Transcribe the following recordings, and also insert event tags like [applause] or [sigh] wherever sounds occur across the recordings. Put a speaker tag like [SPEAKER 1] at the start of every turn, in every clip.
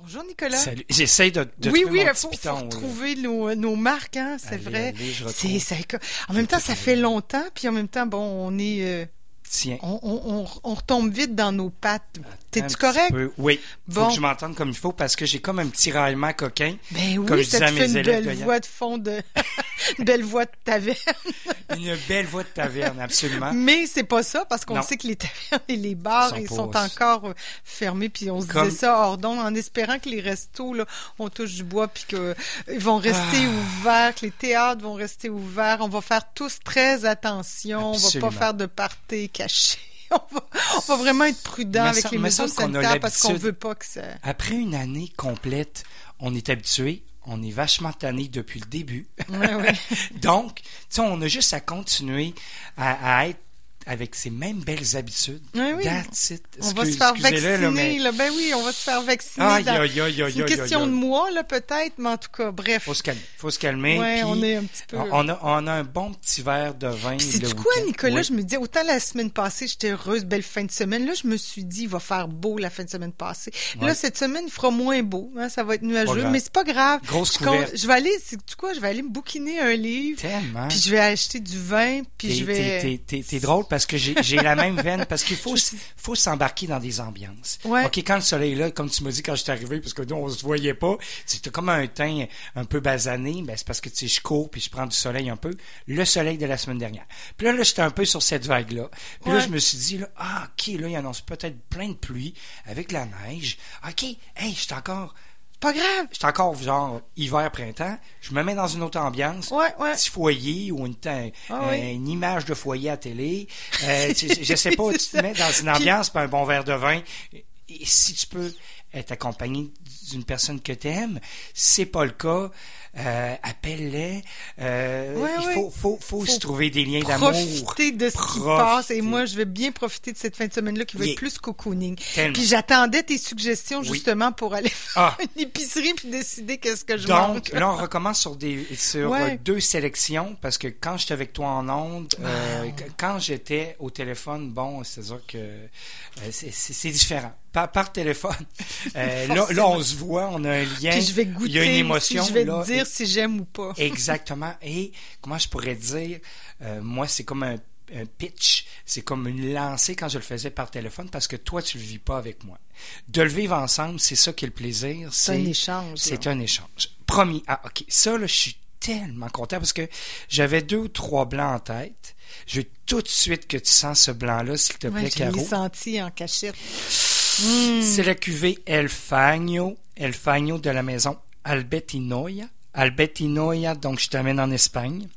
[SPEAKER 1] Bonjour Nicolas.
[SPEAKER 2] Salut. J'essaye de, de
[SPEAKER 1] oui,
[SPEAKER 2] trouver
[SPEAKER 1] oui, il
[SPEAKER 2] mon petit
[SPEAKER 1] faut,
[SPEAKER 2] piton,
[SPEAKER 1] faut
[SPEAKER 2] là.
[SPEAKER 1] retrouver nos, nos marques, hein, c'est
[SPEAKER 2] Allez,
[SPEAKER 1] vrai.
[SPEAKER 2] allez, je
[SPEAKER 1] C'est
[SPEAKER 2] retrouve.
[SPEAKER 1] ça. éco- En même temps, ça
[SPEAKER 2] retrouvé.
[SPEAKER 1] fait longtemps, puis en même temps, bon, on est, euh,
[SPEAKER 2] Tiens.
[SPEAKER 1] on, on, on, on retombe vite dans nos pattes.
[SPEAKER 2] un
[SPEAKER 1] T'es-tu
[SPEAKER 2] petit
[SPEAKER 1] correct?
[SPEAKER 2] peu. Oui. Faut
[SPEAKER 1] Bon.
[SPEAKER 2] que je m'entende comme il faut parce que j'ai comme un petit raillement coquin.
[SPEAKER 1] Ben
[SPEAKER 2] Comme
[SPEAKER 1] oui,
[SPEAKER 2] je
[SPEAKER 1] ça
[SPEAKER 2] disais à
[SPEAKER 1] te
[SPEAKER 2] mes
[SPEAKER 1] fait une
[SPEAKER 2] élèves
[SPEAKER 1] belle
[SPEAKER 2] de hier.
[SPEAKER 1] voix de fond de, [laughs] une belle voix de taverne. [laughs]
[SPEAKER 2] Une belle voix de taverne, absolument.
[SPEAKER 1] Mais c'est pas ça, parce qu'on
[SPEAKER 2] Hein? Non.
[SPEAKER 1] sait que les tavernes [laughs] et les bars,
[SPEAKER 2] Sont
[SPEAKER 1] ils
[SPEAKER 2] pas-
[SPEAKER 1] sont encore euh, fermés, puis on se
[SPEAKER 2] Comme-
[SPEAKER 1] disait ça hors d'onde, en espérant que les restos, là, on touche du bois, puis qu'ils vont
[SPEAKER 2] Ah.
[SPEAKER 1] rester ouverts, que les théâtres vont rester ouverts. On va faire tous très attention, on
[SPEAKER 2] Absolument.
[SPEAKER 1] va pas faire de parties cachées. [laughs] On va, on va vraiment être prudent
[SPEAKER 2] Me
[SPEAKER 1] avec
[SPEAKER 2] sem-
[SPEAKER 1] les
[SPEAKER 2] me
[SPEAKER 1] mesures
[SPEAKER 2] semble qu'on a
[SPEAKER 1] sanitaires parce qu'on
[SPEAKER 2] l'habitude.
[SPEAKER 1] veut pas que
[SPEAKER 2] [laughs]
[SPEAKER 1] ça...
[SPEAKER 2] Après une année complète, on est habitué. On est vachement tanné depuis le début. [laughs]
[SPEAKER 1] Ouais, ouais.
[SPEAKER 2] Donc, tu sais, on a juste à continuer à, à être avec ces mêmes belles habitudes.
[SPEAKER 1] Oui, oui.
[SPEAKER 2] That's it.
[SPEAKER 1] On va se
[SPEAKER 2] Excuse-
[SPEAKER 1] faire
[SPEAKER 2] excusez-le,
[SPEAKER 1] vacciner,
[SPEAKER 2] là, mais-
[SPEAKER 1] là. Ben oui, on va se faire vacciner.
[SPEAKER 2] Aïe,
[SPEAKER 1] dans-
[SPEAKER 2] aïe, aïe, aïe,
[SPEAKER 1] C'est une
[SPEAKER 2] aïe,
[SPEAKER 1] question
[SPEAKER 2] aïe.
[SPEAKER 1] de mois, là, peut-être, mais en tout cas, bref.
[SPEAKER 2] Faut se calmer. Faut se calmer.
[SPEAKER 1] Ouais,
[SPEAKER 2] puis
[SPEAKER 1] on est un petit peu-
[SPEAKER 2] Ah, On a, on a un bon petit verre de vin.
[SPEAKER 1] Puis
[SPEAKER 2] le
[SPEAKER 1] c'est quoi,
[SPEAKER 2] week-end.
[SPEAKER 1] Nicolas?
[SPEAKER 2] Oui.
[SPEAKER 1] Je me disais, autant la semaine passée, j'étais heureuse, belle fin de semaine. Là, je me suis dit, il va faire beau la fin de semaine passée. Là,
[SPEAKER 2] Ouais.
[SPEAKER 1] cette semaine, il fera moins beau. hein, ça va être nuageux,
[SPEAKER 2] grave.
[SPEAKER 1] mais c'est pas grave.
[SPEAKER 2] Grosse
[SPEAKER 1] je,
[SPEAKER 2] couverte.
[SPEAKER 1] je vais aller, c'est tu quoi? Je vais aller me bouquiner un livre,
[SPEAKER 2] Tellement.
[SPEAKER 1] puis je vais acheter du vin, puis
[SPEAKER 2] T'es-
[SPEAKER 1] je
[SPEAKER 2] t'es-
[SPEAKER 1] vais.
[SPEAKER 2] t'es- T'es t'es drôle parce que j'ai j'ai la même veine,
[SPEAKER 1] [laughs]
[SPEAKER 2] parce qu'il faut,
[SPEAKER 1] Je
[SPEAKER 2] s- faut s'embarquer dans des ambiances.
[SPEAKER 1] Ouais.
[SPEAKER 2] OK, quand le soleil est là, comme tu m'as dit quand je suis arrivé, parce que nous, on se voyait pas, c'était comme un teint un peu basané, ben, c'est parce que tu sais, je cours puis je prends du soleil un peu, le soleil de la semaine dernière. Puis là, là j'étais un peu sur cette vague-là. Puis là,
[SPEAKER 1] Ouais.
[SPEAKER 2] je me suis dit, là, ah, OK, là, il annonce peut-être plein de pluie avec la neige. OK, hey, j'étais encore...
[SPEAKER 1] Pas grave.
[SPEAKER 2] J'étais encore genre hiver-printemps, je me mets dans une autre ambiance,
[SPEAKER 1] Ouais, ouais.
[SPEAKER 2] petit foyer ou une, ta-
[SPEAKER 1] Ah oui.
[SPEAKER 2] euh, une image de foyer à télé.
[SPEAKER 1] [laughs]
[SPEAKER 2] Euh, tu- je, je sais pas, tu te mets dans une
[SPEAKER 1] Puis-
[SPEAKER 2] ambiance, puis un bon verre de vin. Et si tu peux être accompagné d'une personne que tu aimes, c'est pas le cas, euh, appelle-les. Euh,
[SPEAKER 1] Ouais,
[SPEAKER 2] il
[SPEAKER 1] ouais.
[SPEAKER 2] faut, faut, faut,
[SPEAKER 1] Faut
[SPEAKER 2] se trouver des liens d'amour.
[SPEAKER 1] Profiter de ce qui
[SPEAKER 2] Profiter.
[SPEAKER 1] passe. Et moi, je vais bien profiter de cette fin de semaine-là qui va
[SPEAKER 2] Yeah.
[SPEAKER 1] être plus cocooning.
[SPEAKER 2] Tellement.
[SPEAKER 1] Puis j'attendais tes suggestions,
[SPEAKER 2] Oui.
[SPEAKER 1] justement, pour aller [laughs] faire
[SPEAKER 2] Ah.
[SPEAKER 1] une épicerie puis décider qu'est-ce que je mange.
[SPEAKER 2] Donc, là, on recommence sur des sur
[SPEAKER 1] Ouais.
[SPEAKER 2] euh, deux sélections parce que quand j'étais avec toi en ondes, euh, qu- quand j'étais au téléphone, bon, c'est sûr que euh, c'est- c'est c'est différent. Par, par téléphone, [laughs] euh, là, là, on se voit, on a un lien,
[SPEAKER 1] Puis je vais goûter.
[SPEAKER 2] il y a une émotion.
[SPEAKER 1] aussi, je vais
[SPEAKER 2] là,
[SPEAKER 1] te dire si j'aime ou pas.
[SPEAKER 2] Exactement. Et comment je pourrais dire, euh, moi, c'est comme un, un pitch, c'est comme une lancée quand je le faisais par téléphone parce que toi, tu le vis pas avec moi. De le vivre ensemble, c'est ça qui est le plaisir.
[SPEAKER 1] C'est un échange.
[SPEAKER 2] C'est
[SPEAKER 1] là.
[SPEAKER 2] un échange. Promis. Ah, OK. Ça, là, je suis tellement content parce que j'avais deux ou trois blancs en tête. Je veux tout de suite que tu sens ce blanc-là, s'il te plaît,
[SPEAKER 1] Ouais, je l'ai
[SPEAKER 2] Caro.
[SPEAKER 1] senti en cachette.
[SPEAKER 2] C'est la cuvée El Fagno, El Fagno de la maison Albertinoia. Albertinoia, donc je t'amène en Espagne.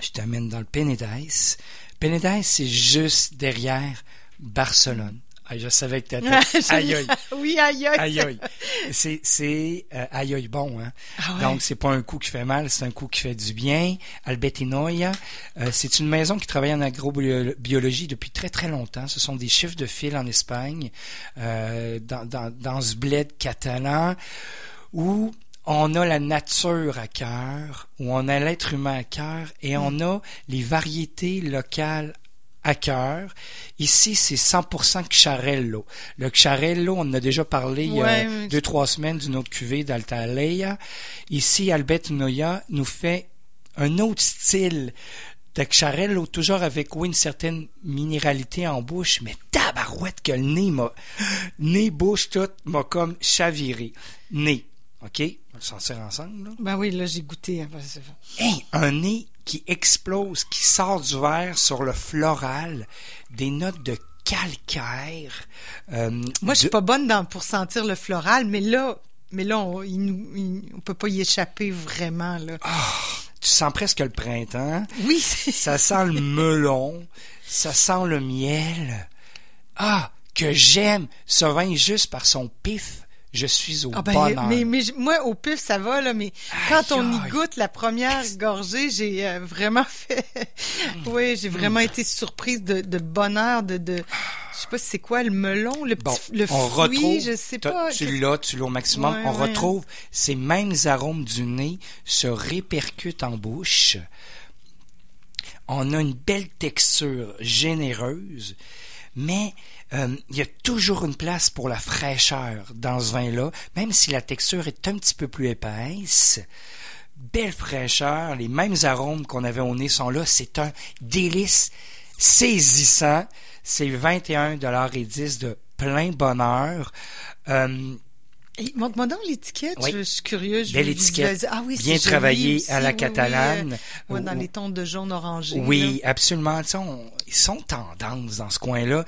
[SPEAKER 2] Je t'amène dans le Penedès. Penedès, c'est juste derrière Barcelone. Ah, je savais que t'étais... [laughs] aïe, aïe.
[SPEAKER 1] Mm. [laughs] oui, aïe, aïe.
[SPEAKER 2] Aïe aïe. C'est c'est euh, aïe aïe bon hein.
[SPEAKER 1] Ah ouais.
[SPEAKER 2] Donc c'est pas un coup qui fait mal, c'est un coup qui fait du bien. Albertinoia, euh, c'est une maison qui travaille en agrobiologie depuis très très longtemps. Ce sont des chiffres de fil en Espagne euh, dans dans dans ce bled catalan où on a la nature à cœur, où on a l'être humain à cœur et on a les variétés locales à cœur. Ici, c'est 100% Xarello. Le Xarello, on en a déjà parlé il y
[SPEAKER 1] Ouais,
[SPEAKER 2] a
[SPEAKER 1] oui.
[SPEAKER 2] deux, trois semaines d'une autre cuvée d'Altaleia. Ici, Albert Noya nous fait un autre style de Xarello, toujours avec, oui, une certaine minéralité en bouche, mais tabarouette que le nez m'a, nez, bouche, tout, m'a comme chaviré. Nez. OK? On va s'en sortir ensemble, là.
[SPEAKER 1] Ben oui, là, j'ai goûté. Ah, ben, c'est-
[SPEAKER 2] Hey, un nez qui explose, qui sort du verre sur le floral, des notes de calcaire. euh,
[SPEAKER 1] Moi, je suis
[SPEAKER 2] de-
[SPEAKER 1] pas bonne dans, pour sentir le floral, mais là, mais là on, il nous- il- on peut pas y échapper vraiment. Là.
[SPEAKER 2] Tu sens presque le printemps.
[SPEAKER 1] Oui, c'est-
[SPEAKER 2] Ah, Ça sent le melon. Ça sent le miel. Ah, que j'aime ce vin juste par son pif. Je suis au
[SPEAKER 1] Ah ben,
[SPEAKER 2] bonheur.
[SPEAKER 1] mais, mais j- moi, au pif, ça va, là, mais quand on y
[SPEAKER 2] aïe.
[SPEAKER 1] goûte la première gorgée, j'ai euh, vraiment fait... [laughs] oui,
[SPEAKER 2] Mm.
[SPEAKER 1] j'ai vraiment été surprise de, de bonheur, de... de... Je sais pas si c'est quoi, le melon, le, petit,
[SPEAKER 2] Bon,
[SPEAKER 1] le
[SPEAKER 2] on
[SPEAKER 1] fruit,
[SPEAKER 2] retrouve,
[SPEAKER 1] je sais
[SPEAKER 2] t'as-
[SPEAKER 1] pas.
[SPEAKER 2] Tu l'as, tu l'as au maximum.
[SPEAKER 1] Ouais,
[SPEAKER 2] on
[SPEAKER 1] ouais.
[SPEAKER 2] retrouve ces mêmes arômes du nez se répercutent en bouche. On a une belle texture généreuse, mais euh, il y a toujours une place pour la fraîcheur dans ce vin-là, même si la texture est un petit peu plus épaisse belle fraîcheur, les mêmes arômes qu'on avait au nez sont là. C'est un délice saisissant. C'est 21,10$ de plein bonheur. Euh,
[SPEAKER 1] Montre-moi donc l'étiquette,
[SPEAKER 2] Oui.
[SPEAKER 1] je, je suis curieuse. je
[SPEAKER 2] Belle
[SPEAKER 1] veux
[SPEAKER 2] étiquette,
[SPEAKER 1] visualiser. Ah oui, c'est
[SPEAKER 2] bien
[SPEAKER 1] joli
[SPEAKER 2] travaillé
[SPEAKER 1] aussi,
[SPEAKER 2] à la
[SPEAKER 1] oui, oui,
[SPEAKER 2] catalane.
[SPEAKER 1] euh, ouais, dans
[SPEAKER 2] Ou-
[SPEAKER 1] les tons de jaune orangé.
[SPEAKER 2] oui, absolument. Tu sais, on- ils sont tendance dans ce coin-là.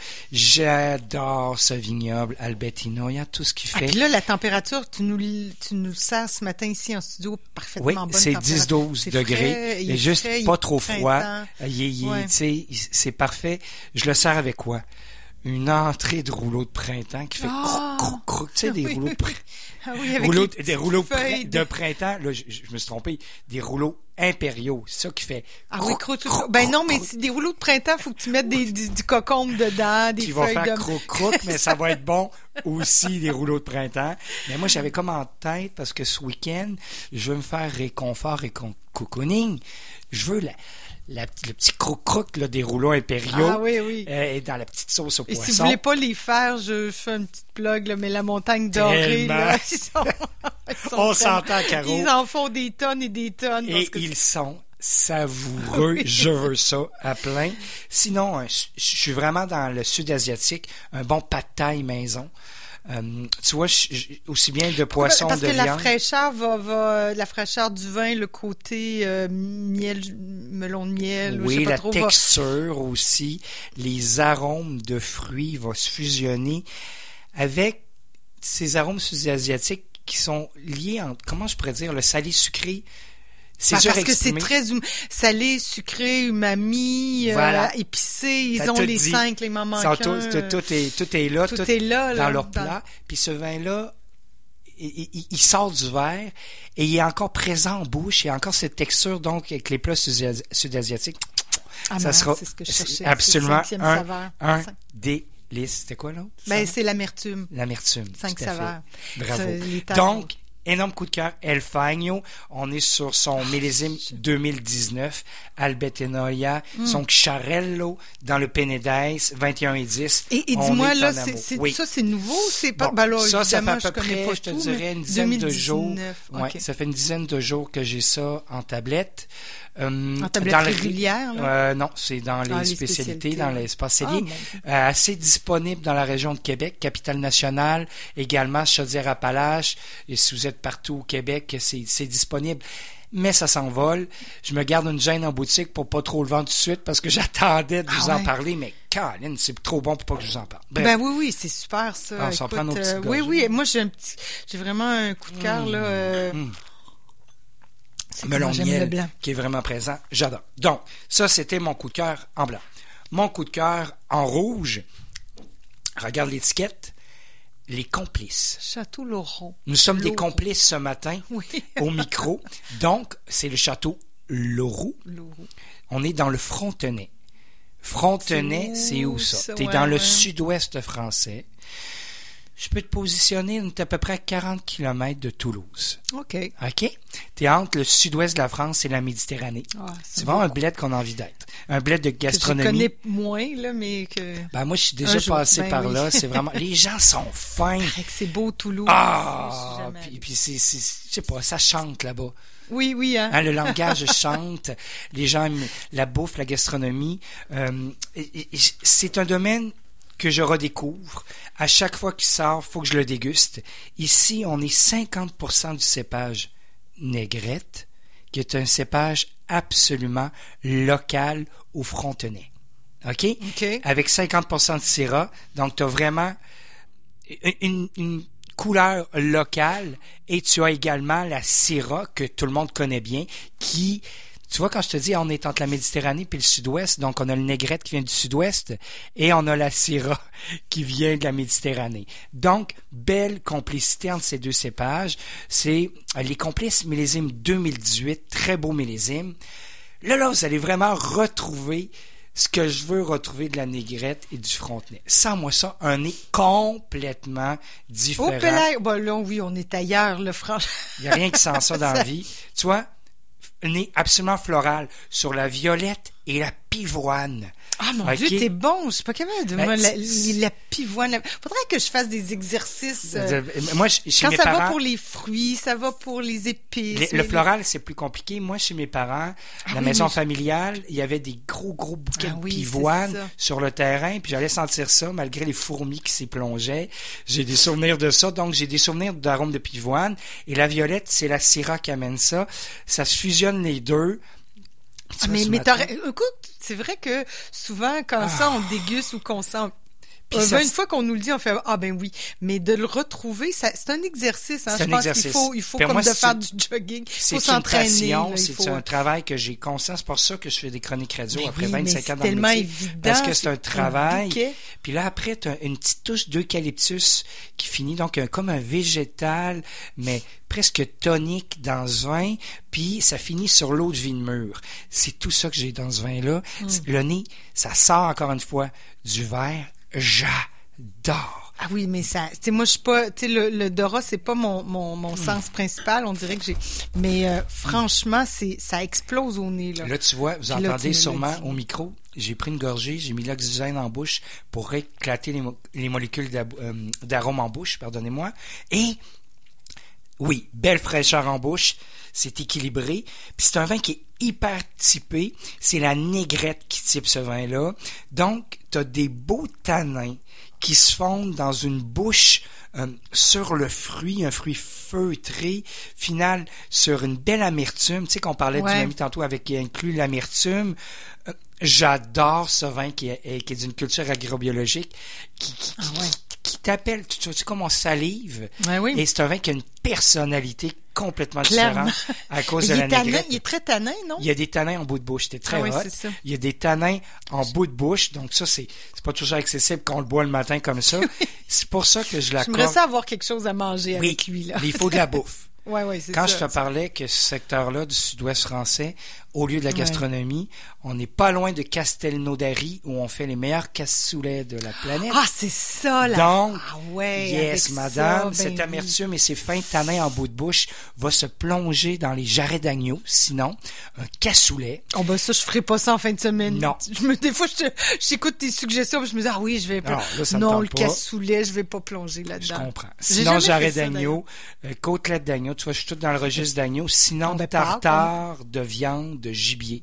[SPEAKER 2] J'adore ce vignoble, Albertino. Il y a tout ce qu'il
[SPEAKER 1] là. Ah,
[SPEAKER 2] fait.
[SPEAKER 1] puis là, la température, tu nous, l- tu nous sers ce matin ici en studio parfaitement
[SPEAKER 2] Oui,
[SPEAKER 1] bonne
[SPEAKER 2] c'est
[SPEAKER 1] température.
[SPEAKER 2] 10-12
[SPEAKER 1] C'est
[SPEAKER 2] degrés.
[SPEAKER 1] frais, il
[SPEAKER 2] mais
[SPEAKER 1] est
[SPEAKER 2] juste
[SPEAKER 1] frais, il
[SPEAKER 2] pas
[SPEAKER 1] est
[SPEAKER 2] trop froid. Ah,
[SPEAKER 1] printemps.
[SPEAKER 2] Il est- il est-
[SPEAKER 1] Ouais.
[SPEAKER 2] tu sais, il- c'est parfait. Je le sers avec quoi? Une entrée de rouleau de printemps qui fait
[SPEAKER 1] Ah!
[SPEAKER 2] croc, croc, croc. Tu sais, des
[SPEAKER 1] Oui,
[SPEAKER 2] rouleaux de
[SPEAKER 1] oui.
[SPEAKER 2] printemps.
[SPEAKER 1] Ah oui, [laughs] avec
[SPEAKER 2] Rouleaux-
[SPEAKER 1] les
[SPEAKER 2] des
[SPEAKER 1] petites
[SPEAKER 2] rouleaux de
[SPEAKER 1] feuilles
[SPEAKER 2] prin- de printemps. Là, je, je- je me suis trompé. Des rouleaux impériaux. C'est ça qui fait.
[SPEAKER 1] Ah oui, croûte, croûte. Ben non, mais si des rouleaux de printemps, faut que tu mettes des, du, du cocombe dedans, des
[SPEAKER 2] qui vont
[SPEAKER 1] feuilles
[SPEAKER 2] faire
[SPEAKER 1] de...
[SPEAKER 2] croc croc mais ça va être bon [laughs] aussi des rouleaux de printemps. Mais moi, j'avais comme en tête parce que ce week-end, je veux me faire réconfort et con- cocooning. Je veux la, la- le petit croc croc là, des rouleaux impériaux
[SPEAKER 1] Ah oui, oui.
[SPEAKER 2] euh, et dans la petite sauce au
[SPEAKER 1] Et si
[SPEAKER 2] poisson.
[SPEAKER 1] vous voulez pas les faire, je fais une petite plug, là, mais la montagne dorée,
[SPEAKER 2] Tellement.
[SPEAKER 1] là, [laughs] ils sont, ils sont
[SPEAKER 2] On
[SPEAKER 1] tellement-
[SPEAKER 2] s'entend, Caro.
[SPEAKER 1] Ils en font des tonnes et des tonnes. parce
[SPEAKER 2] Et
[SPEAKER 1] que [laughs]
[SPEAKER 2] ils sont savoureux. Je veux ça à plein. Sinon, un- je suis vraiment dans le sud asiatique, un bon pad thai maison. Euh, tu vois, je- je- aussi bien de poisson,
[SPEAKER 1] parce
[SPEAKER 2] de
[SPEAKER 1] que la
[SPEAKER 2] viande.
[SPEAKER 1] fraîcheur va, va- la fraîcheur du vin, le côté euh, miel, melon de miel, ou je
[SPEAKER 2] Oui,
[SPEAKER 1] sais pas
[SPEAKER 2] la
[SPEAKER 1] trop, va-
[SPEAKER 2] texture aussi, les arômes de fruits vont se fusionner avec ces arômes sud-asiatiques qui sont liés en, comment je pourrais dire, le salé sucré. C'est
[SPEAKER 1] Bah,
[SPEAKER 2] dur à
[SPEAKER 1] parce que c'est
[SPEAKER 2] exprimer.
[SPEAKER 1] très hum- salé, sucré, umami, euh,
[SPEAKER 2] Voilà.
[SPEAKER 1] épicé. Ils
[SPEAKER 2] T'as
[SPEAKER 1] ont
[SPEAKER 2] tout
[SPEAKER 1] les
[SPEAKER 2] dit.
[SPEAKER 1] cinq, les mamans.
[SPEAKER 2] Ça, tout, tout, tout est, tout est là, tout,
[SPEAKER 1] tout est là, là,
[SPEAKER 2] dans leur
[SPEAKER 1] dans-
[SPEAKER 2] plat. Puis ce vin-là, il, il- il sort du verre et il est encore présent en bouche. Il y a encore cette texture, donc, avec les plats sud- sud-asiatiques.
[SPEAKER 1] Ah,
[SPEAKER 2] ça
[SPEAKER 1] merde,
[SPEAKER 2] sera
[SPEAKER 1] c'est ce que je cherchais, c'est le
[SPEAKER 2] absolument
[SPEAKER 1] cinquième
[SPEAKER 2] un,
[SPEAKER 1] saveur.
[SPEAKER 2] un
[SPEAKER 1] Cinq.
[SPEAKER 2] délice. C'était quoi l'autre?
[SPEAKER 1] Ben,
[SPEAKER 2] saveur?
[SPEAKER 1] c'est l'amertume.
[SPEAKER 2] L'amertume.
[SPEAKER 1] Cinq
[SPEAKER 2] tout à fait.
[SPEAKER 1] saveurs.
[SPEAKER 2] Bravo.
[SPEAKER 1] C'est les tables.
[SPEAKER 2] Donc, énorme coup de cœur, El Fagno. On est sur
[SPEAKER 1] Ah,
[SPEAKER 2] son millésime 2019, Albetenoia,
[SPEAKER 1] Hmm.
[SPEAKER 2] son Charello dans le Penedès, 21 et 10.
[SPEAKER 1] Et, et
[SPEAKER 2] On
[SPEAKER 1] dis-moi,
[SPEAKER 2] est
[SPEAKER 1] là,
[SPEAKER 2] en
[SPEAKER 1] c'est,
[SPEAKER 2] amour.
[SPEAKER 1] c'est-
[SPEAKER 2] Oui.
[SPEAKER 1] ça, c'est nouveau? C'est pas,
[SPEAKER 2] Bon,
[SPEAKER 1] ben là,
[SPEAKER 2] ça, ça fait
[SPEAKER 1] évidemment,
[SPEAKER 2] à peu
[SPEAKER 1] je connais
[SPEAKER 2] près,
[SPEAKER 1] pas
[SPEAKER 2] je te
[SPEAKER 1] tout,
[SPEAKER 2] dirais,
[SPEAKER 1] mais
[SPEAKER 2] une dizaine de jours.
[SPEAKER 1] 2019,
[SPEAKER 2] Ouais,
[SPEAKER 1] ok.
[SPEAKER 2] ça fait une dizaine de jours que j'ai ça en tablette. Euh,
[SPEAKER 1] En tablette
[SPEAKER 2] dans le-
[SPEAKER 1] régulière, là?
[SPEAKER 2] Euh, non, c'est dans les,
[SPEAKER 1] Ah, les
[SPEAKER 2] spécialités,
[SPEAKER 1] spécialités,
[SPEAKER 2] dans
[SPEAKER 1] ouais.
[SPEAKER 2] l'espace
[SPEAKER 1] Ah,
[SPEAKER 2] cellier.
[SPEAKER 1] mon Dieu.
[SPEAKER 2] Euh, assez disponible dans la région de Québec, capitale nationale, également Chaudière-Appalaches. Et si vous êtes partout au Québec, c'est c'est disponible. Mais ça s'envole. Je me garde une gêne en boutique pour pas trop le vendre tout de suite parce que [laughs] j'attendais de
[SPEAKER 1] Ah
[SPEAKER 2] vous en
[SPEAKER 1] ouais.
[SPEAKER 2] parler, mais Colin, c'est trop bon pour pas que je vous en parle. Bref.
[SPEAKER 1] Ben oui, oui, c'est super, ça.
[SPEAKER 2] Ah, on s'en
[SPEAKER 1] Écoute,
[SPEAKER 2] prend nos petites
[SPEAKER 1] euh, oui,
[SPEAKER 2] gorgées.
[SPEAKER 1] oui, moi, j'ai un petit, j'ai vraiment un coup de cœur,
[SPEAKER 2] Mmh.
[SPEAKER 1] là. euh, c'est
[SPEAKER 2] melon
[SPEAKER 1] comment j'aime
[SPEAKER 2] miel
[SPEAKER 1] le blanc.
[SPEAKER 2] qui est vraiment présent. J'adore. Donc, ça, c'était mon coup de cœur en blanc. Mon coup de cœur en rouge, regarde l'étiquette, les complices.
[SPEAKER 1] Château Laurent.
[SPEAKER 2] Nous sommes des
[SPEAKER 1] Lauro.
[SPEAKER 2] complices ce matin
[SPEAKER 1] Oui. [laughs]
[SPEAKER 2] au micro. Donc, c'est le château Leroux.
[SPEAKER 1] Laurent.
[SPEAKER 2] On est dans le Frontenay. Frontenay,
[SPEAKER 1] C'est
[SPEAKER 2] c'est
[SPEAKER 1] où,
[SPEAKER 2] où ça?
[SPEAKER 1] ça?
[SPEAKER 2] T'es
[SPEAKER 1] Ouais,
[SPEAKER 2] dans le
[SPEAKER 1] ouais.
[SPEAKER 2] sud-ouest français. Je peux te positionner, on est à peu près à 40 km de Toulouse.
[SPEAKER 1] OK.
[SPEAKER 2] OK? T'es entre le sud-ouest de la France et la Méditerranée.
[SPEAKER 1] Ah, c'est
[SPEAKER 2] c'est vraiment un bled qu'on a envie d'être. Un bled de
[SPEAKER 1] Que je
[SPEAKER 2] gastronomie.
[SPEAKER 1] connais moins, là, mais que...
[SPEAKER 2] Ben, moi, je suis déjà
[SPEAKER 1] Un jour,
[SPEAKER 2] passé
[SPEAKER 1] ben
[SPEAKER 2] par
[SPEAKER 1] oui.
[SPEAKER 2] là. C'est vraiment, les gens sont fins.
[SPEAKER 1] Fait que c'est beau, Toulouse. Je suis
[SPEAKER 2] Ah!
[SPEAKER 1] jamais
[SPEAKER 2] Puis,
[SPEAKER 1] allée.
[SPEAKER 2] puis c'est, c'est- je sais pas, ça chante là-bas.
[SPEAKER 1] Oui, oui, hein.
[SPEAKER 2] Hein, le
[SPEAKER 1] [laughs]
[SPEAKER 2] langage chante. Les gens aiment la bouffe, la gastronomie. Euh, et- et- c'est un domaine que je redécouvre. À chaque fois qu'il sort, faut que je le déguste. Ici, on est 50% du cépage Négrette, qui est un cépage absolument local au Frontenay. OK?
[SPEAKER 1] OK.
[SPEAKER 2] Avec 50% de Syrah. Donc, tu as vraiment une, une couleur locale et tu as également la Syrah que tout le monde connaît bien qui tu vois, quand je te dis, on est entre la Méditerranée puis le sud-ouest, donc on a le Négrette qui vient du sud-ouest et on a la Syrah [laughs] qui vient de la Méditerranée. Donc, belle complicité entre ces deux cépages. C'est euh, les complices millésime 2018, très beau millésime. Là, là, vous allez vraiment retrouver ce que je veux retrouver de la négrette et du frontenay. Sans moi ça, un nez complètement
[SPEAKER 1] Au
[SPEAKER 2] différent.
[SPEAKER 1] Pelay, bon, là, oui, on est ailleurs, là, franchement. [laughs]
[SPEAKER 2] Il n'y a rien qui sent ça dans la vie. Tu vois, un nez absolument floral sur la violette et la pivoine.
[SPEAKER 1] Ah mon
[SPEAKER 2] Ok.
[SPEAKER 1] Dieu, t'es bon. Je suis pas capable de
[SPEAKER 2] Ben,
[SPEAKER 1] moi, la,
[SPEAKER 2] c'est-
[SPEAKER 1] la pivoine. la- Faudrait que je fasse des exercices. euh,
[SPEAKER 2] De- Moi, ch- chez
[SPEAKER 1] Quand
[SPEAKER 2] mes
[SPEAKER 1] ça va
[SPEAKER 2] parents,
[SPEAKER 1] pour les fruits, ça va pour les épices.
[SPEAKER 2] le,
[SPEAKER 1] mais-
[SPEAKER 2] le floral, c'est plus compliqué. Moi, chez mes parents, la
[SPEAKER 1] oui,
[SPEAKER 2] maison
[SPEAKER 1] mais-
[SPEAKER 2] familiale, il y avait des gros, gros bouquets
[SPEAKER 1] Ah
[SPEAKER 2] de
[SPEAKER 1] oui, c'est
[SPEAKER 2] pivoine
[SPEAKER 1] ça.
[SPEAKER 2] sur le terrain, puis j'allais sentir ça malgré les fourmis qui s'y plongeaient. J'ai des souvenirs de ça, donc j'ai des souvenirs d'arôme de pivoine. Et la violette, c'est la syrah qui amène ça. Ça se fusionne les deux. Tu
[SPEAKER 1] Ah,
[SPEAKER 2] vois,
[SPEAKER 1] mais
[SPEAKER 2] ce
[SPEAKER 1] mais
[SPEAKER 2] matin-
[SPEAKER 1] t'aurais- écoute, c'est vrai que souvent, quand
[SPEAKER 2] Ah.
[SPEAKER 1] ça, on déguste ou qu'on sent.
[SPEAKER 2] Puis
[SPEAKER 1] Euh,
[SPEAKER 2] ça
[SPEAKER 1] ben,
[SPEAKER 2] se-
[SPEAKER 1] une fois qu'on nous le dit, on fait ah ben oui, mais de le retrouver, ça- c'est un exercice. Hein.
[SPEAKER 2] C'est
[SPEAKER 1] Je
[SPEAKER 2] un
[SPEAKER 1] pense
[SPEAKER 2] exercice.
[SPEAKER 1] qu'il faut, il faut
[SPEAKER 2] Puis
[SPEAKER 1] comme
[SPEAKER 2] moi,
[SPEAKER 1] de
[SPEAKER 2] c'est-
[SPEAKER 1] faire du jogging,
[SPEAKER 2] C'est
[SPEAKER 1] faut
[SPEAKER 2] une
[SPEAKER 1] s'entraîner. là,
[SPEAKER 2] passion,
[SPEAKER 1] il
[SPEAKER 2] c'est
[SPEAKER 1] faut-
[SPEAKER 2] un travail que j'ai conscience. C'est pour ça que je fais des chroniques radio
[SPEAKER 1] Mais
[SPEAKER 2] après
[SPEAKER 1] oui, mais
[SPEAKER 2] 25 ans
[SPEAKER 1] c'est
[SPEAKER 2] dans le
[SPEAKER 1] tellement
[SPEAKER 2] métier.
[SPEAKER 1] évident,
[SPEAKER 2] parce que c'est
[SPEAKER 1] c'est
[SPEAKER 2] un
[SPEAKER 1] un
[SPEAKER 2] travail.
[SPEAKER 1] bouquet.
[SPEAKER 2] Puis là, après, tu as une petite touche d'eucalyptus qui finit donc un- comme un végétal, mais presque tonique dans ce vin. Puis ça finit sur l'eau de vigne mûre. C'est tout ça que j'ai dans ce vin-là.
[SPEAKER 1] Hmm.
[SPEAKER 2] Le nez, ça sort encore une fois du verre. J'adore.
[SPEAKER 1] Ah oui, mais ça, tu sais, moi, je suis pas, tu sais, le, le Dora, c'est pas mon, mon, mon
[SPEAKER 2] Hmm.
[SPEAKER 1] sens principal. On dirait que j'ai, mais euh, franchement, c'est, ça explose au nez, là.
[SPEAKER 2] Là, tu vois, vous
[SPEAKER 1] Puis là, tu
[SPEAKER 2] entendez
[SPEAKER 1] me l'as
[SPEAKER 2] sûrement
[SPEAKER 1] dit.
[SPEAKER 2] au micro, j'ai pris une gorgée, j'ai mis l'oxygène en bouche pour éclater les, mo- les molécules d'ab- euh, d'arôme en bouche, pardonnez-moi. Et oui, belle fraîcheur en bouche, c'est équilibré. Puis c'est un vin qui est hyper typé. C'est la négrette qui type ce vin-là. Donc, tu as des beaux tanins qui se fondent dans une bouche euh, sur le fruit, un fruit feutré, final sur une belle amertume. Tu sais qu'on parlait
[SPEAKER 1] Ouais.
[SPEAKER 2] du mamie tantôt avec qui inclut l'amertume. Euh, J'adore ce vin qui est, est- qui est d'une culture agrobiologique qui, qui, qui- qui t'appelle, tu, tu tu sais comme on salive.
[SPEAKER 1] Ouais, Ben oui.
[SPEAKER 2] Et c'est un vin qui a une personnalité complètement
[SPEAKER 1] Clairement.
[SPEAKER 2] différente à cause
[SPEAKER 1] il
[SPEAKER 2] de la
[SPEAKER 1] est tanin,
[SPEAKER 2] négrette.
[SPEAKER 1] il est très tanin, non?
[SPEAKER 2] Il y a des tanins en bout de bouche, c'était très
[SPEAKER 1] Ah oui,
[SPEAKER 2] hot.
[SPEAKER 1] c'est ça.
[SPEAKER 2] Il y a des tanins en bout de bouche, donc ça c'est c'est pas toujours accessible quand on le boit le matin
[SPEAKER 1] [laughs]
[SPEAKER 2] comme ça. c'est pour ça que je
[SPEAKER 1] J'aimerais
[SPEAKER 2] l'accorde.
[SPEAKER 1] ça avoir quelque chose à manger
[SPEAKER 2] Oui,
[SPEAKER 1] avec lui, là.
[SPEAKER 2] mais il faut
[SPEAKER 1] [laughs]
[SPEAKER 2] de la bouffe.
[SPEAKER 1] Ouais, ouais, c'est
[SPEAKER 2] Quand
[SPEAKER 1] ça.
[SPEAKER 2] je te parlais que ce secteur-là du sud-ouest français, au lieu de la
[SPEAKER 1] Ouais.
[SPEAKER 2] gastronomie, on n'est pas loin de Castelnaudary où on fait les meilleurs cassoulets de la planète.
[SPEAKER 1] Ah, c'est ça, là.
[SPEAKER 2] Donc,
[SPEAKER 1] ah, ouais,
[SPEAKER 2] yes,
[SPEAKER 1] avec
[SPEAKER 2] madame,
[SPEAKER 1] ça, ben
[SPEAKER 2] cette
[SPEAKER 1] oui.
[SPEAKER 2] amertume et ces fins tanins en bout de bouche va se plonger dans les jarrets d'agneau, sinon un cassoulet.
[SPEAKER 1] Oh, ben ça, je ferai pas ça en fin de semaine.
[SPEAKER 2] Non.
[SPEAKER 1] Je me, des fois, je te- j'écoute tes suggestions, puis je me dis, ah oui, je vais pas.
[SPEAKER 2] Non, là, ça me
[SPEAKER 1] non
[SPEAKER 2] tente
[SPEAKER 1] le
[SPEAKER 2] pas.
[SPEAKER 1] cassoulet, je vais pas plonger
[SPEAKER 2] Je
[SPEAKER 1] là-dedans.
[SPEAKER 2] comprends.
[SPEAKER 1] J'ai
[SPEAKER 2] Sinon,
[SPEAKER 1] jamais fait
[SPEAKER 2] jarret
[SPEAKER 1] ça, d'ailleurs.
[SPEAKER 2] d'agneau, euh, côtelette d'agneau, tu vois, je suis tout dans le registre d'agneau, sinon
[SPEAKER 1] Ah, ben, parle,
[SPEAKER 2] tartare de viande, de gibier.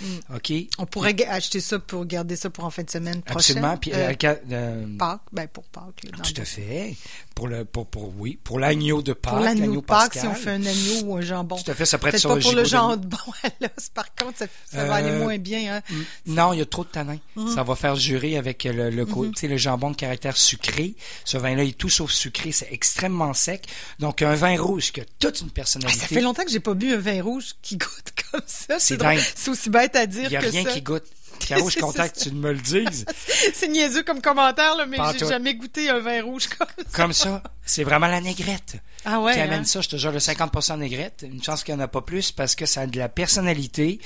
[SPEAKER 1] Hmm.
[SPEAKER 2] OK?
[SPEAKER 1] On pourrait ga- acheter ça pour garder ça pour en fin de semaine prochaine.
[SPEAKER 2] Absolument. Puis,
[SPEAKER 1] Euh,
[SPEAKER 2] euh, Ah, ca- euh,
[SPEAKER 1] Pâques, ben pour Pâques. là, dans
[SPEAKER 2] tout à
[SPEAKER 1] le-
[SPEAKER 2] fait. Pour le, pour, pour, oui, pour l'agneau de Pâques,
[SPEAKER 1] Pour l'agneau
[SPEAKER 2] l'agneau
[SPEAKER 1] de Pâques, si
[SPEAKER 2] pascal.
[SPEAKER 1] on fait un agneau ou un jambon.
[SPEAKER 2] Tout à fait, ça pourrait être
[SPEAKER 1] Peut-être
[SPEAKER 2] sur
[SPEAKER 1] pas
[SPEAKER 2] le
[SPEAKER 1] pour le
[SPEAKER 2] gigot
[SPEAKER 1] jambon [laughs] à l'os, par contre, ça, ça va aller
[SPEAKER 2] Euh,
[SPEAKER 1] moins bien. Hein.
[SPEAKER 2] Non, il y a trop de tanin.
[SPEAKER 1] Mhm.
[SPEAKER 2] Ça va faire jurer avec euh, le, le, co- tu sais, le jambon de caractère sucré. Ce vin-là est tout sauf sucré. C'est extrêmement sec. Donc, un vin rouge qui a toute une
[SPEAKER 1] Ah,
[SPEAKER 2] personnalité.
[SPEAKER 1] ça fait longtemps que j'ai pas bu un vin rouge qui goûte [laughs] comme ça.
[SPEAKER 2] C'est
[SPEAKER 1] drôle.
[SPEAKER 2] dingue.
[SPEAKER 1] C'est aussi bête à
[SPEAKER 2] Il
[SPEAKER 1] dire
[SPEAKER 2] n'y a
[SPEAKER 1] que
[SPEAKER 2] rien
[SPEAKER 1] ça.
[SPEAKER 2] qui goûte. Caro, je suis
[SPEAKER 1] C'est
[SPEAKER 2] content
[SPEAKER 1] ça.
[SPEAKER 2] que tu me le dises.
[SPEAKER 1] [laughs] C'est niaiseux comme commentaire, là, mais
[SPEAKER 2] Pas en
[SPEAKER 1] j'ai
[SPEAKER 2] tout.
[SPEAKER 1] jamais goûté un vin rouge [laughs] comme ça.
[SPEAKER 2] Comme ça, c'est vraiment la négrette
[SPEAKER 1] Ah ouais.
[SPEAKER 2] qui amène
[SPEAKER 1] hein?
[SPEAKER 2] ça. Je te jure, le 50% négrette. Une chance qu'il n'y en a pas plus parce que ça a de la personnalité.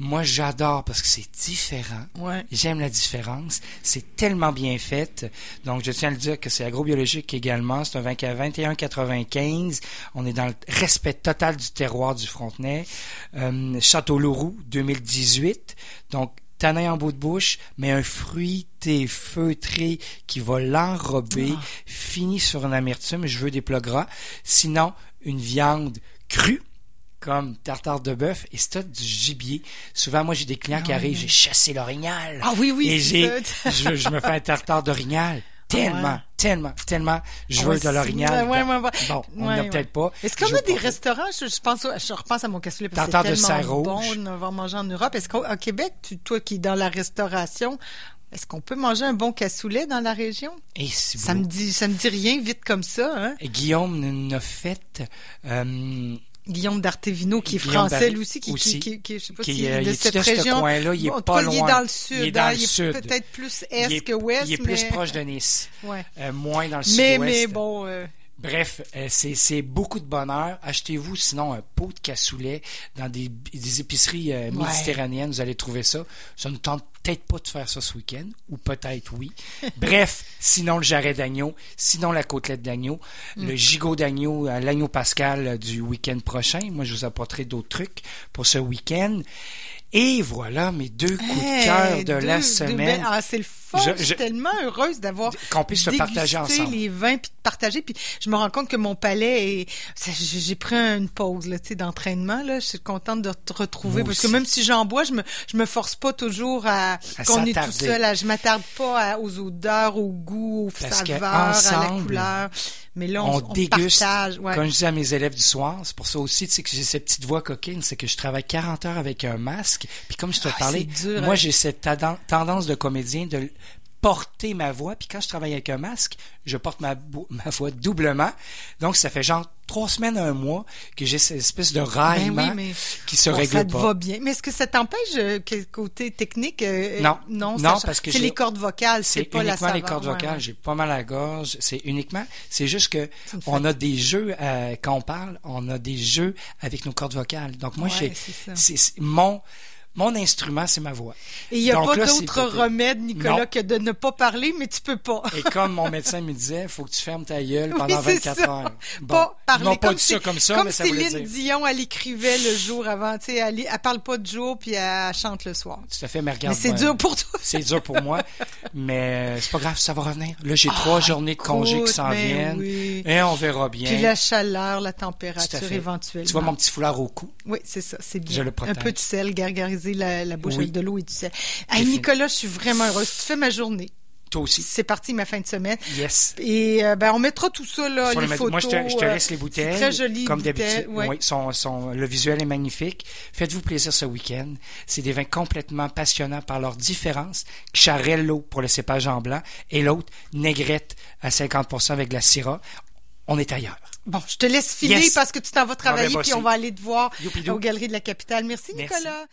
[SPEAKER 2] Moi, j'adore parce que c'est différent.
[SPEAKER 1] Ouais.
[SPEAKER 2] J'aime la différence. C'est tellement bien fait. Donc, je tiens à le dire que c'est agrobiologique également. C'est un vin qui a 21,95. On est dans le respect total du terroir du Frontenay. Euh, Château Leroux, 2018. Donc, tanin en bout de bouche, mais un fruité feutré qui va l'enrober, fini sur une amertume. Je veux des plats gras. Sinon, une viande crue comme tartare de bœuf et c'est tout du gibier. Souvent, moi, j'ai des clients qui arrivent, j'ai chassé l'orignal.
[SPEAKER 1] Ah oui, oui,
[SPEAKER 2] Et
[SPEAKER 1] c'est
[SPEAKER 2] j'ai,
[SPEAKER 1] ça.
[SPEAKER 2] [laughs]
[SPEAKER 1] Ah
[SPEAKER 2] je, je me fais un tartare d'orignal. Tellement,
[SPEAKER 1] ouais.
[SPEAKER 2] tellement, tellement, je
[SPEAKER 1] Ah
[SPEAKER 2] veux
[SPEAKER 1] ouais,
[SPEAKER 2] de l'orignal.
[SPEAKER 1] c'est- ouais, ouais, ouais.
[SPEAKER 2] Bon, on
[SPEAKER 1] Ouais,
[SPEAKER 2] n'en a
[SPEAKER 1] ouais.
[SPEAKER 2] peut-être pas.
[SPEAKER 1] Est-ce qu'on
[SPEAKER 2] Je
[SPEAKER 1] a
[SPEAKER 2] veux
[SPEAKER 1] des
[SPEAKER 2] pas-
[SPEAKER 1] restaurants? Je, je pense, au- je repense à mon cassoulet parce que c'est
[SPEAKER 2] Tartare de
[SPEAKER 1] tellement
[SPEAKER 2] cerf rouge.
[SPEAKER 1] bon de avoir mangé en Europe. Est-ce qu'au à Québec, tu- toi qui es dans la restauration, est-ce qu'on peut manger un bon cassoulet dans la région?
[SPEAKER 2] Eh, c'est
[SPEAKER 1] Ça
[SPEAKER 2] beau. Eh,
[SPEAKER 1] me dit, ça me dit rien vite comme ça, hein?
[SPEAKER 2] Guillaume n'a fait, euh,
[SPEAKER 1] Guillaume d'Artevino, qui est
[SPEAKER 2] Guillaume
[SPEAKER 1] français,
[SPEAKER 2] Dar-
[SPEAKER 1] lui aussi, qui,
[SPEAKER 2] aussi.
[SPEAKER 1] qui, qui, qui- je sais pas
[SPEAKER 2] Qui,
[SPEAKER 1] s'il
[SPEAKER 2] euh,
[SPEAKER 1] est
[SPEAKER 2] il
[SPEAKER 1] de
[SPEAKER 2] est-tu
[SPEAKER 1] cette
[SPEAKER 2] de ce
[SPEAKER 1] région.
[SPEAKER 2] coin-là? Il est
[SPEAKER 1] Bon, en tout
[SPEAKER 2] pas
[SPEAKER 1] cas, Il
[SPEAKER 2] loin.
[SPEAKER 1] est dans le
[SPEAKER 2] Il
[SPEAKER 1] sud,
[SPEAKER 2] est dans
[SPEAKER 1] hein,
[SPEAKER 2] le
[SPEAKER 1] il est
[SPEAKER 2] sud.
[SPEAKER 1] peut-être plus est,
[SPEAKER 2] il est,
[SPEAKER 1] que ouest,
[SPEAKER 2] il est
[SPEAKER 1] mais...
[SPEAKER 2] plus proche de Nice,
[SPEAKER 1] Ouais.
[SPEAKER 2] euh, moins dans le
[SPEAKER 1] Mais,
[SPEAKER 2] sud-ouest.
[SPEAKER 1] mais bon, euh,
[SPEAKER 2] Bref, euh, c'est c'est beaucoup de bonheur. Achetez-vous sinon un pot de cassoulet dans des, des épiceries euh, méditerranéennes. Vous allez trouver ça. Ça ne tente peut-être pas de faire ça ce week-end, ou peut-être
[SPEAKER 1] [laughs]
[SPEAKER 2] oui. Bref, sinon le jarret d'agneau, sinon la côtelette d'agneau,
[SPEAKER 1] Mm.
[SPEAKER 2] le gigot d'agneau, euh, l'agneau pascal euh, du week-end prochain. Moi, je vous apporterai d'autres trucs pour ce week-end. Et voilà mes deux coups de cœur
[SPEAKER 1] Hey,
[SPEAKER 2] de la
[SPEAKER 1] deux- deux
[SPEAKER 2] semaine.
[SPEAKER 1] belles- Ah, c'est le fun.
[SPEAKER 2] Je-
[SPEAKER 1] Je, suis
[SPEAKER 2] je-
[SPEAKER 1] tellement heureuse d'avoir
[SPEAKER 2] Qu'on puisse le
[SPEAKER 1] dégusté
[SPEAKER 2] partager ensemble.
[SPEAKER 1] les vins puis de partager. Puis je me rends compte que mon palais est. ça, J'ai j'ai pris une pause là, tu sais, d'entraînement là. Je suis contente de te retrouver
[SPEAKER 2] Moi
[SPEAKER 1] parce
[SPEAKER 2] aussi.
[SPEAKER 1] que même si j'en bois, je me je me force pas toujours à,
[SPEAKER 2] À
[SPEAKER 1] qu'on est tout
[SPEAKER 2] s'attarder.
[SPEAKER 1] seul. À, je m'attarde pas à- aux odeurs, au goût, aux
[SPEAKER 2] Parce que
[SPEAKER 1] saveurs, à la
[SPEAKER 2] ensemble,
[SPEAKER 1] couleur. Mais là, on,
[SPEAKER 2] on,
[SPEAKER 1] on
[SPEAKER 2] déguste.
[SPEAKER 1] partage. ouais.
[SPEAKER 2] Comme je dis à mes élèves du soir, c'est pour ça aussi tu sais, que j'ai cette petite voix coquine, c'est que je travaille 40 heures avec un masque. Puis comme je te
[SPEAKER 1] Ah,
[SPEAKER 2] parlais,
[SPEAKER 1] c'est dur,
[SPEAKER 2] moi
[SPEAKER 1] hein.
[SPEAKER 2] j'ai cette tadan- tendance de comédien de l- porter ma voix. Puis quand je travaille avec un masque, je porte ma, bou- [laughs] ma voix doublement. Donc ça fait genre trois semaines, un mois que j'ai cette espèce de
[SPEAKER 1] Ben oui,
[SPEAKER 2] raillement
[SPEAKER 1] mais
[SPEAKER 2] qui se
[SPEAKER 1] bon,
[SPEAKER 2] règle
[SPEAKER 1] ça te
[SPEAKER 2] pas.
[SPEAKER 1] va bien. Mais est-ce que ça t'empêche euh, que- côté technique euh,
[SPEAKER 2] Non.
[SPEAKER 1] euh, non,
[SPEAKER 2] Non,
[SPEAKER 1] ça-
[SPEAKER 2] parce que
[SPEAKER 1] c'est
[SPEAKER 2] j'ai-
[SPEAKER 1] les cordes vocales, c'est
[SPEAKER 2] C'est
[SPEAKER 1] pas la
[SPEAKER 2] uniquement les
[SPEAKER 1] saveur.
[SPEAKER 2] cordes
[SPEAKER 1] Ouais,
[SPEAKER 2] vocales.
[SPEAKER 1] ouais.
[SPEAKER 2] J'ai pas mal à la gorge. C'est uniquement. C'est juste que
[SPEAKER 1] une
[SPEAKER 2] on a des jeux euh, quand on parle. On a des jeux avec nos cordes vocales. Donc moi,
[SPEAKER 1] Ouais,
[SPEAKER 2] j'ai-
[SPEAKER 1] c'est ça.
[SPEAKER 2] c'est c'est- mon mon instrument, c'est ma voix.
[SPEAKER 1] Et il n'y a
[SPEAKER 2] Donc
[SPEAKER 1] pas
[SPEAKER 2] là, c'est
[SPEAKER 1] d'autre
[SPEAKER 2] peut-être-
[SPEAKER 1] remède, Nicolas,
[SPEAKER 2] Non.
[SPEAKER 1] que de ne pas parler, mais tu peux pas.
[SPEAKER 2] Et comme mon médecin me disait, faut que tu fermes ta gueule pendant
[SPEAKER 1] Oui, c'est
[SPEAKER 2] 24
[SPEAKER 1] ça.
[SPEAKER 2] heures.
[SPEAKER 1] pas parler
[SPEAKER 2] Non, pas
[SPEAKER 1] comme
[SPEAKER 2] dit ça
[SPEAKER 1] si-
[SPEAKER 2] comme ça,
[SPEAKER 1] comme
[SPEAKER 2] mais ça
[SPEAKER 1] si
[SPEAKER 2] voulait
[SPEAKER 1] Lynn
[SPEAKER 2] dire.
[SPEAKER 1] Dion, elle écrivait le jour avant, tu sais, elle, elle parle pas de jour puis elle chante le soir.
[SPEAKER 2] Tout à fait, mais
[SPEAKER 1] Mais
[SPEAKER 2] regarde.
[SPEAKER 1] c'est dur pour toi.
[SPEAKER 2] C'est dur pour moi, mais euh, c'est pas grave, ça va revenir. Là, j'ai trois journées de congé qui
[SPEAKER 1] Ah, Écoute,
[SPEAKER 2] s'en
[SPEAKER 1] mais
[SPEAKER 2] viennent,
[SPEAKER 1] oui.
[SPEAKER 2] et on verra bien.
[SPEAKER 1] Puis la Ah. chaleur, la
[SPEAKER 2] Tout à
[SPEAKER 1] température
[SPEAKER 2] fait.
[SPEAKER 1] éventuellement.
[SPEAKER 2] Tu vois mon petit foulard au cou?
[SPEAKER 1] Oui, c'est ça, c'est bien.
[SPEAKER 2] Je le protège.
[SPEAKER 1] Un peu de sel, gargariser la, la bouche
[SPEAKER 2] Oui.
[SPEAKER 1] avec de l'eau et du sel. Hey,
[SPEAKER 2] fini.
[SPEAKER 1] Nicolas, je suis vraiment heureuse. Tu fais ma journée.
[SPEAKER 2] Toi aussi.
[SPEAKER 1] C'est parti, ma fin de semaine.
[SPEAKER 2] Yes.
[SPEAKER 1] Et euh, ben, on mettra tout ça, là,
[SPEAKER 2] Sur
[SPEAKER 1] les
[SPEAKER 2] les
[SPEAKER 1] photos.
[SPEAKER 2] Moi, je te, je te
[SPEAKER 1] euh,
[SPEAKER 2] laisse les bouteilles.
[SPEAKER 1] c'est Très joli,
[SPEAKER 2] Comme d'habitude.
[SPEAKER 1] ouais.
[SPEAKER 2] Oui, son, son, le visuel est magnifique. Faites-vous plaisir ce week-end. C'est des vins complètement passionnants par leurs différences. Charello pour le cépage en blanc et l'autre, Negrette à 50% avec de la Syrah. On est ailleurs.
[SPEAKER 1] Bon, je te laisse filer
[SPEAKER 2] Yes. ben,
[SPEAKER 1] parce que tu t'en vas travailler,
[SPEAKER 2] bosser.
[SPEAKER 1] puis on va aller te voir
[SPEAKER 2] Youpidou.
[SPEAKER 1] aux Galeries de la Capitale. Merci,
[SPEAKER 2] Merci.
[SPEAKER 1] Nicolas.